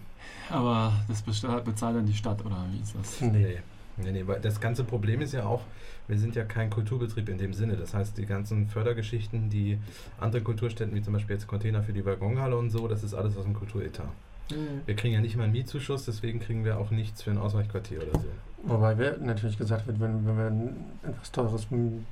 B: Aber das besta- bezahlt dann die Stadt, oder wie ist das?
C: Nee. Nee, nee, weil das ganze Problem ist ja auch, wir sind ja kein Kulturbetrieb in dem Sinne. Das heißt, die ganzen Fördergeschichten, die andere Kulturstätten, wie zum Beispiel jetzt Container für die Waggonhalle und so, das ist alles aus dem Kulturetat.
D: Hm.
C: Wir kriegen ja nicht mal einen Mietzuschuss, deswegen kriegen wir auch nichts für ein Ausweichquartier oder so.
A: Wobei wir natürlich gesagt wird, wenn, wenn wir ein etwas teures M-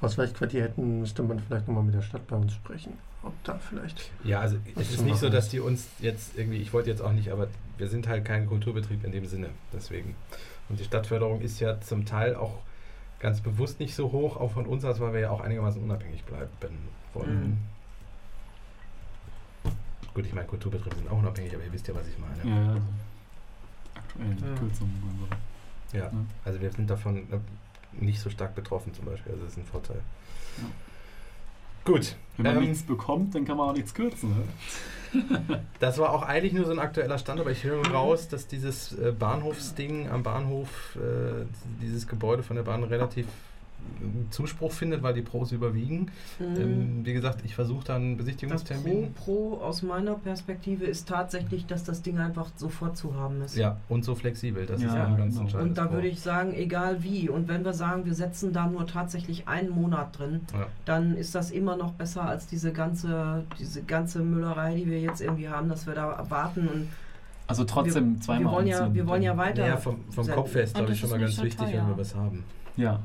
A: Ausweichquartier hätten, müsste man vielleicht nochmal mit der Stadt bei uns sprechen. Ob da vielleicht.
C: Ja, also
A: Was
C: es
A: zu
C: ist nicht so,
A: machen.
C: dass die uns jetzt irgendwie, ich wollte jetzt auch nicht, aber wir sind halt kein Kulturbetrieb in dem Sinne, deswegen. Und die Stadtförderung ist ja zum Teil auch ganz bewusst nicht so hoch, auch von uns aus, weil wir ja auch einigermaßen unabhängig bleiben wollen.
D: Mhm.
C: Gut, ich meine, Kulturbetriebe sind auch unabhängig, aber ihr wisst ja, was ich meine.
B: Ja, ja. Also aktuell die
D: Ja.
B: Kürzungen und so.
C: Ja.
B: Ne?
C: Also wir sind davon äh, nicht so stark betroffen zum Beispiel, also das ist ein Vorteil.
B: Ja.
C: Gut,
B: Wenn man
C: Ähm,
B: nichts bekommt, dann kann man auch nichts kürzen. Ne?
C: Das war auch eigentlich nur so ein aktueller Stand, aber ich höre raus, dass dieses äh, Bahnhofsding am Bahnhof, äh, dieses Gebäude von der Bahn relativ Zuspruch findet, weil die Pros überwiegen.
D: Mhm.
C: Ähm, wie gesagt, ich versuche dann einen
D: Das Pro,
C: Besichtigungstermin.
D: Pro aus meiner Perspektive ist tatsächlich, dass das Ding einfach sofort zu haben ist.
C: Ja, und so flexibel, das ist
B: Ja,
C: ein ganz
B: genau.
C: entscheidendes
D: Und da
C: Pro.
D: würde ich sagen, egal wie. Und wenn wir sagen, wir setzen da nur tatsächlich einen Monat drin,
C: Ja.
D: dann ist das immer noch besser als diese ganze, diese ganze Müllerei, die wir jetzt irgendwie haben, dass wir da warten und
B: Also trotzdem zweimal
D: wir wollen ja,
B: umziehen.
D: wir wollen ja weiter,
C: Naja, vom, vom
D: senden.
C: Kopf her ist,
E: Und
C: glaube
E: das
C: ich, schon
E: ist
C: mal
E: nicht
C: ganz
E: so
C: wichtig, wenn
E: teuer.
C: wir was haben.
B: Ja,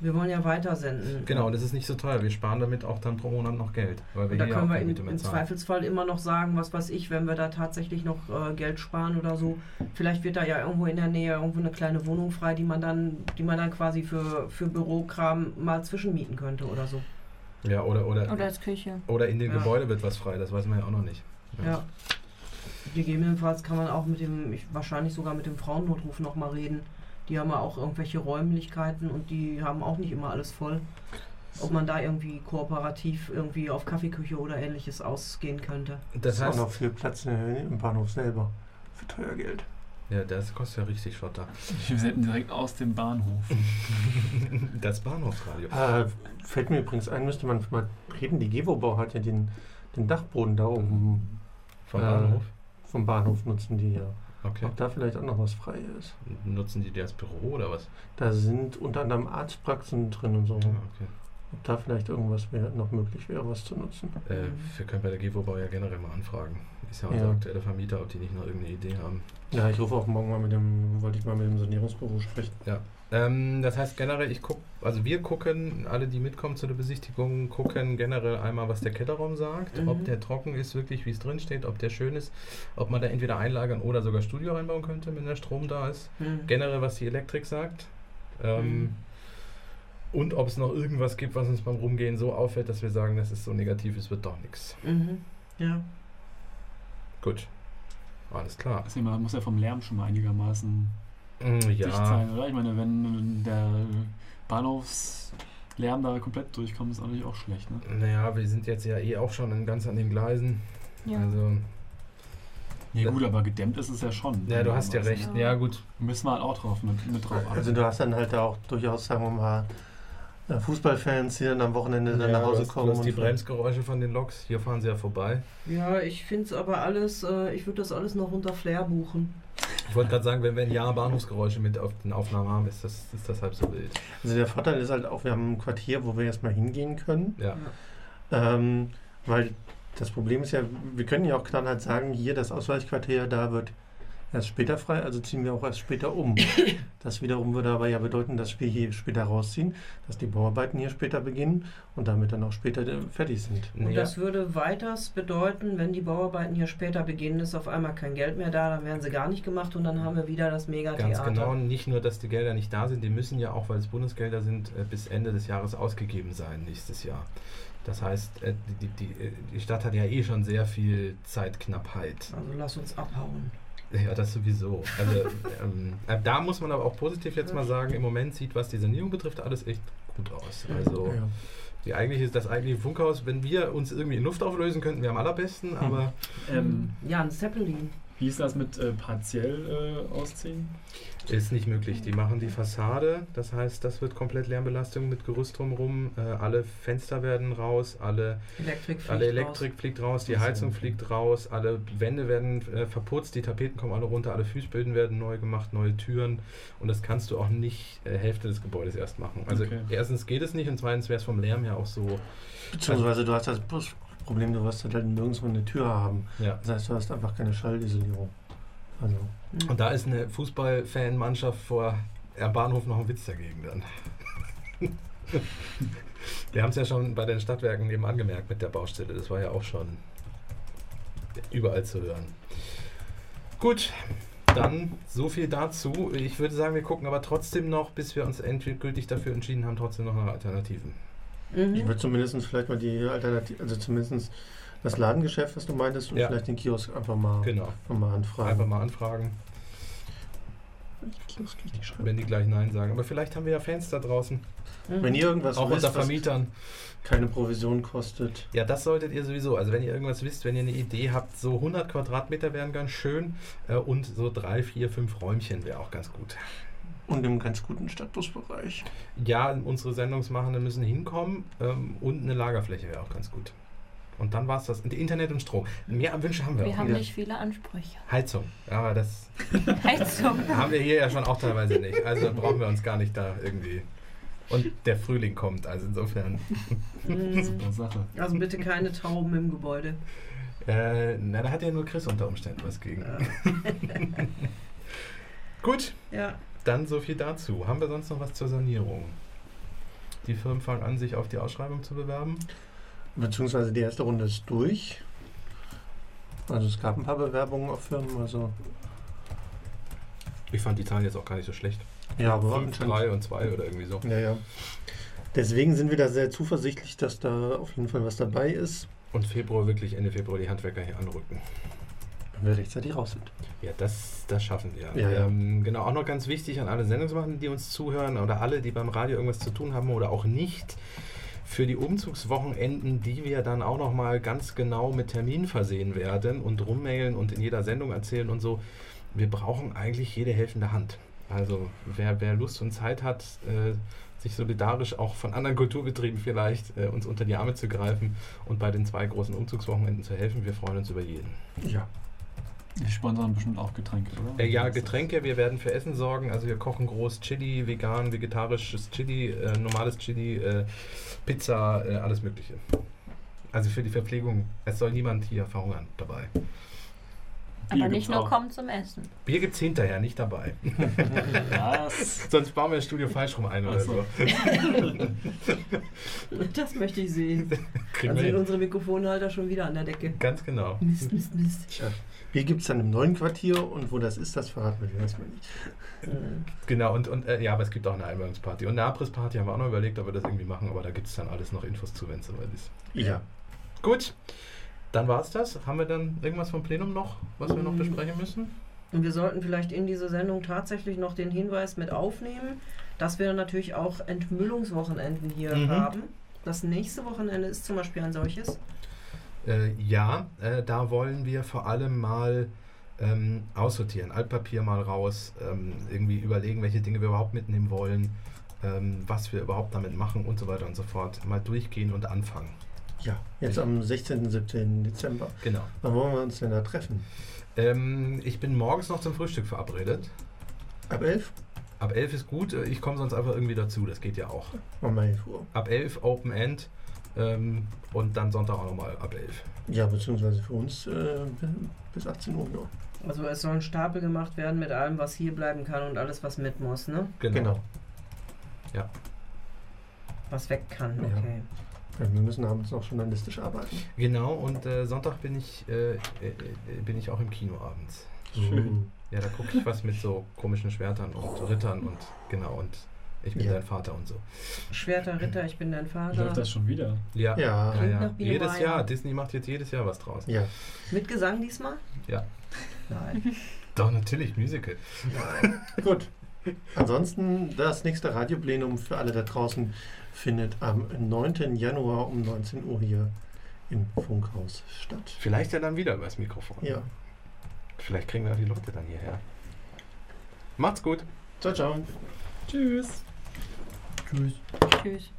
D: wir wollen ja weiter senden.
C: Genau, und es ist nicht so teuer. Wir sparen damit auch dann pro Monat noch Geld. Weil wir
D: Und da
C: hier auch
D: können wir
C: keine
D: in,
C: Miete mehr
D: im
C: zahlen.
D: Zweifelsfall immer noch sagen, was weiß ich, wenn wir da tatsächlich noch äh, Geld sparen oder so. Vielleicht wird da ja irgendwo in der Nähe irgendwo eine kleine Wohnung frei, die man dann, die man dann quasi für, für Bürokram mal zwischenmieten könnte oder so.
C: Ja, oder, oder,
E: Oder
C: oder,
E: als Küche.
C: in dem
D: Ja.
C: Gebäude wird was frei. Das weiß man ja auch noch nicht.
D: Ja. Gegebenenfalls kann man auch mit dem, ich, wahrscheinlich sogar mit dem Frauennotruf nochmal reden. Die haben ja auch irgendwelche Räumlichkeiten und die haben auch nicht immer alles voll. Ob man da irgendwie kooperativ irgendwie auf Kaffeeküche oder ähnliches ausgehen könnte.
C: Das
A: ist auch
C: heißt,
A: noch viel Platz in der- im Bahnhof selber. Für teuer Geld.
C: ja, das kostet ja richtig Schotter.
B: wir senden direkt aus dem Bahnhof.
C: Das Bahnhofsradio.
A: Äh, fällt mir übrigens ein, müsste man mal reden. Die Gewobau hat ja den, den Dachboden da oben
C: Vom
A: Äh,
C: Bahnhof?
A: vom Bahnhof nutzen die ja.
C: Okay.
A: Ob da vielleicht auch noch was frei ist.
C: Nutzen die die als Büro oder was?
A: Da sind unter anderem Arztpraxen drin und so.
C: Ja, okay.
A: Ob da vielleicht irgendwas wär, noch möglich wäre, was zu nutzen.
C: Äh,
D: Mhm.
C: wir können bei der GEWO-Bau ja generell mal anfragen. Ist ja unser
A: Ja.
C: aktueller Vermieter, ob die nicht noch irgendeine Idee haben.
A: Ja, ich rufe auch morgen mal mit dem, wollte ich mal mit dem Sanierungsbüro sprechen.
C: Ähm, das heißt generell, ich guck, also wir gucken, alle die mitkommen zu der Besichtigung, gucken generell einmal, was der Kellerraum sagt,
D: Mhm.
C: ob der trocken ist, wirklich wie es drin steht, ob der schön ist, ob man da entweder einlagern oder sogar Studio reinbauen könnte, wenn der Strom da ist.
D: Hm.
C: generell, was die Elektrik sagt. Ähm, Und ob es noch irgendwas gibt, was uns beim Rumgehen so auffällt, dass wir sagen, das ist so negativ, es wird doch nichts.
D: Mhm. Ja.
C: Gut. Alles klar.
B: Also man muss ja vom Lärm schon mal einigermaßen
C: Mm,
B: dicht
C: Ja,
B: sein, oder? Ich meine, wenn der Bahnhofslärm da komplett durchkommt, ist natürlich auch schlecht, ne?
C: naja, wir sind jetzt ja eh auch schon ganz an den Gleisen.
E: Ja.
C: Also,
B: Ja gut, aber gedämmt ist es ja schon.
C: ja, du hast ja
B: Also
C: recht. Ja, gut.
B: Müssen wir halt auch drauf mit, mit drauf achten.
A: Also du hast dann halt da auch durchaus, sagen wir mal, äh, Fußballfans, die dann am Wochenende dann
C: ja,
A: nach
C: du
A: Hause
C: hast,
A: kommen.
C: du hast die
A: und-
C: Bremsgeräusche von den Loks. Hier fahren sie ja vorbei.
D: Ja, ich finde es aber alles, äh, ich würde das alles noch unter Flair buchen.
C: Ich wollte gerade sagen, wenn wir ein Jahr Bahnhofsgeräusche mit auf den Aufnahmen haben, ist das, ist das halb so wild.
A: Also der Vorteil ist halt auch, wir haben ein Quartier, wo wir jetzt mal hingehen können.
C: Ja.
A: Ähm, weil das Problem ist ja, wir können ja auch knallhart sagen, hier das Ausweichquartier, da wird erst später frei, also ziehen wir auch erst später um. Das wiederum würde aber ja bedeuten, dass wir hier später rausziehen, dass die Bauarbeiten hier später beginnen und damit dann auch später äh, fertig sind.
D: Und
C: Ja.
D: das würde weiters bedeuten, wenn die Bauarbeiten hier später beginnen, ist auf einmal kein Geld mehr da, dann werden sie gar nicht gemacht und dann haben wir wieder das
C: Ganz
D: Mega-Theater.
C: genau, nicht nur, dass die Gelder nicht da sind, die müssen ja auch, weil es Bundesgelder sind, äh, bis Ende des Jahres ausgegeben sein, nächstes Jahr. Das heißt, äh, die, die, die, äh, die Stadt hat ja eh schon sehr viel Zeitknappheit.
D: Also lass uns abhauen.
C: Ja, das sowieso. Also, ähm, äh, da muss man aber auch positiv jetzt mal sagen, im Moment sieht, was die Sanierung betrifft, alles echt gut aus. Also
A: Ja.
C: die eigentliche, das eigentliche Funkhaus, wenn wir uns irgendwie in Luft auflösen könnten, wäre am allerbesten, aber
B: Ähm,
D: Ja, ein Zeppelin.
B: wie ist das mit äh, partiell äh, ausziehen?
C: Ist nicht möglich. Die machen die Fassade, das heißt, das wird komplett Lärmbelastung mit Gerüst drumherum. Äh, alle Fenster werden raus, alle,
D: Elektrik fliegt
C: alle Elektrik fliegt raus, die Heizung
B: So.
C: fliegt raus, alle Wände werden äh, verputzt, die Tapeten kommen alle runter, alle Fußböden werden neu gemacht, neue Türen. Und das kannst du auch nicht äh, Hälfte des Gebäudes erst machen. Also
B: Okay.
C: erstens geht es nicht und zweitens wäre es vom Lärm her auch so.
A: Beziehungsweise du hast das Bus- Problem, du wirst halt nirgendwo eine Tür haben.
C: Ja.
A: Das heißt, du hast einfach keine Schallisolierung. Also,
D: raus.
C: Und da ist eine Fußballfanmannschaft vor am Bahnhof noch ein Witz dagegen dann. Wir haben es ja schon bei den Stadtwerken eben angemerkt mit der Baustelle. Das war ja auch schon überall zu hören. Gut, dann so viel dazu. Ich würde sagen, wir gucken aber trotzdem noch, bis wir uns endgültig dafür entschieden haben, trotzdem noch nach Alternativen.
A: ich
D: Mhm.
A: würde zumindest vielleicht mal die Alternative, also zumindest das Ladengeschäft, was du meintest, und
C: Ja.
A: vielleicht den Kiosk einfach mal,
C: Genau.
A: einfach mal anfragen.
C: Einfach mal anfragen,
A: Kiosk richtig schreiben.
C: wenn die gleich Nein sagen. Aber vielleicht haben wir ja Fans da draußen,
D: Mhm.
A: Wenn ihr irgendwas
C: auch
A: wisst,
C: unter Vermietern.
A: was keine Provision kostet,
C: Ja, das solltet ihr sowieso. Also wenn ihr irgendwas wisst, wenn ihr eine Idee habt, so 100 Quadratmeter wären ganz schön äh, und so drei, vier, fünf Räumchen wäre auch ganz gut.
A: und im ganz guten Stadtbusbereich.
C: Ja, unsere Sendungsmachenden müssen hinkommen ähm, und eine Lagerfläche wäre auch ganz gut. Und dann war es das. Und Internet und Strom. Mehr Wünsche haben wir,
E: Wir
C: auch.
E: haben
C: nicht.
E: nicht viele Ansprüche.
C: Heizung. Aber das
E: Heizung.
C: haben wir hier ja schon auch teilweise nicht. Also dann brauchen wir uns gar nicht da irgendwie. Und der Frühling kommt, also insofern.
D: Mm,
B: Super Sache.
D: Also bitte keine Tauben im Gebäude.
C: Äh, na, da hat ja nur Chris unter Umständen was gegen.
D: Ja.
C: Gut,
D: ja.
C: dann so viel dazu. Haben wir sonst noch was zur Sanierung? Die Firmen fangen an, sich auf die Ausschreibung zu bewerben.
A: Beziehungsweise die erste Runde ist durch. Also es gab ein paar Bewerbungen auf Firmen, also
C: Ich fand die Zahlen jetzt auch gar nicht so schlecht.
A: ja, aber
C: Fünf, drei und zwei oder irgendwie so.
A: Ja, ja. Deswegen sind wir da sehr zuversichtlich, dass da auf jeden Fall was dabei ist,
C: Und Februar, wirklich Ende Februar, die Handwerker hier anrücken.
A: wenn wir rechtzeitig raus sind.
C: Ja, das, das schaffen wir.
A: Ja, ja.
C: Ähm, genau, auch noch ganz wichtig an alle Sendungsmacher, die uns zuhören oder alle, die beim Radio irgendwas zu tun haben oder auch nicht. Für die Umzugswochenenden, die wir dann auch nochmal ganz genau mit Termin versehen werden und rummailen und in jeder Sendung erzählen und so. Wir brauchen eigentlich jede helfende Hand. Also wer, wer Lust und Zeit hat, äh, sich solidarisch auch von anderen Kulturbetrieben vielleicht äh, uns unter die Arme zu greifen und bei den zwei großen Umzugswochenenden zu helfen, wir freuen uns über jeden.
A: Ja.
B: Die sponsern bestimmt auch Getränke, oder?
C: Äh, ja, Getränke, wir werden für Essen sorgen. Also wir kochen groß Chili, vegan, vegetarisches Chili, äh, normales Chili, äh, Pizza, äh, alles Mögliche. Also für die Verpflegung. Es soll niemand hier verhungern dabei.
E: Aber
B: Bier
E: nicht
B: gibt's
E: nur
B: auch.
E: kommen zum Essen.
C: Bier gibt's hinterher, nicht dabei.
B: Was?
C: Sonst bauen wir das Studio falsch rum ein oder
B: Ach so.
C: so.
D: Das möchte ich sehen.
C: Kriegen
D: Dann
B: Also
C: wir
D: sind
C: hin.
D: unsere Mikrofonhalter schon wieder an der Decke.
C: Ganz genau.
D: Mist, Mist, Mist.
A: Bier gibt es dann im neuen Quartier und wo das ist, das verraten wir dir erstmal nicht.
D: Äh,
C: Genau, und, und äh, ja, aber es gibt auch eine Einweihungsparty. Und eine Abrissparty haben wir auch noch überlegt, ob wir das irgendwie machen, aber da gibt es dann alles noch Infos zu, wenn es soweit ist.
A: Ja.
C: Gut, dann war's das. Haben wir dann irgendwas vom Plenum noch, was wir noch
D: Mm.
C: besprechen müssen?
D: Und wir sollten vielleicht in diese Sendung tatsächlich noch den Hinweis mit aufnehmen, dass wir natürlich auch Entmüllungswochenenden hier
C: Mhm.
D: haben. Das nächste Wochenende ist zum Beispiel ein solches.
C: Äh, ja, äh, da wollen wir vor allem mal ähm, aussortieren. Altpapier mal raus, ähm, irgendwie überlegen, welche Dinge wir überhaupt mitnehmen wollen, ähm, was wir überhaupt damit machen und so weiter und so fort. Mal durchgehen und anfangen.
A: Ja, jetzt am 16. 17. Dezember.
C: Genau.
A: Wann wollen wir uns denn da treffen?
C: Ähm, ich bin morgens noch zum Frühstück verabredet.
A: Ab 11?
C: Ab 11 ist gut, äh, ich komme sonst einfach irgendwie dazu, das geht ja auch.
A: Um 11 Uhr.
C: Ab 11 Open End ähm, und dann Sonntag auch nochmal ab 11.
A: Ja, beziehungsweise für uns äh, bis 18 Uhr nur.
D: Also es soll ein Stapel gemacht werden mit allem, was hier bleiben kann und alles, was mit muss, ne?
C: Genau.
A: Genau.
D: Was weg kann,
A: Ja.
D: okay.
A: Wir müssen abends noch journalistisch arbeiten.
C: Genau, und äh, Sonntag bin ich, äh, äh, äh, bin ich auch im Kino abends.
A: Schön.
C: Ja, da gucke ich was mit so komischen Schwertern und Rittern und genau und ich bin
A: Ja.
C: dein Vater und so.
D: Schwerter Ritter, ich bin dein Vater.
B: Läuft das schon wieder?
C: Ja. Ah,
A: Ja.
C: Ja,
D: Klingt
C: ja.
D: nach Biene
C: Jedes
D: Meier.
C: Jahr, Disney macht jetzt jedes Jahr was draus.
A: Ja.
D: Mit Gesang diesmal?
C: Ja.
D: Nein.
C: Doch, natürlich, Musical.
A: Gut. Ansonsten, das nächste Radioplenum für alle da draußen findet am 9. Januar um 19 Uhr hier im Funkhaus statt.
C: Vielleicht ja dann wieder übers Mikrofon. ne?
A: Ja.
C: Vielleicht kriegen wir auch die Leute dann hierher. Macht's gut.
A: Ciao, ciao.
B: Tschüss.
E: Tschüss.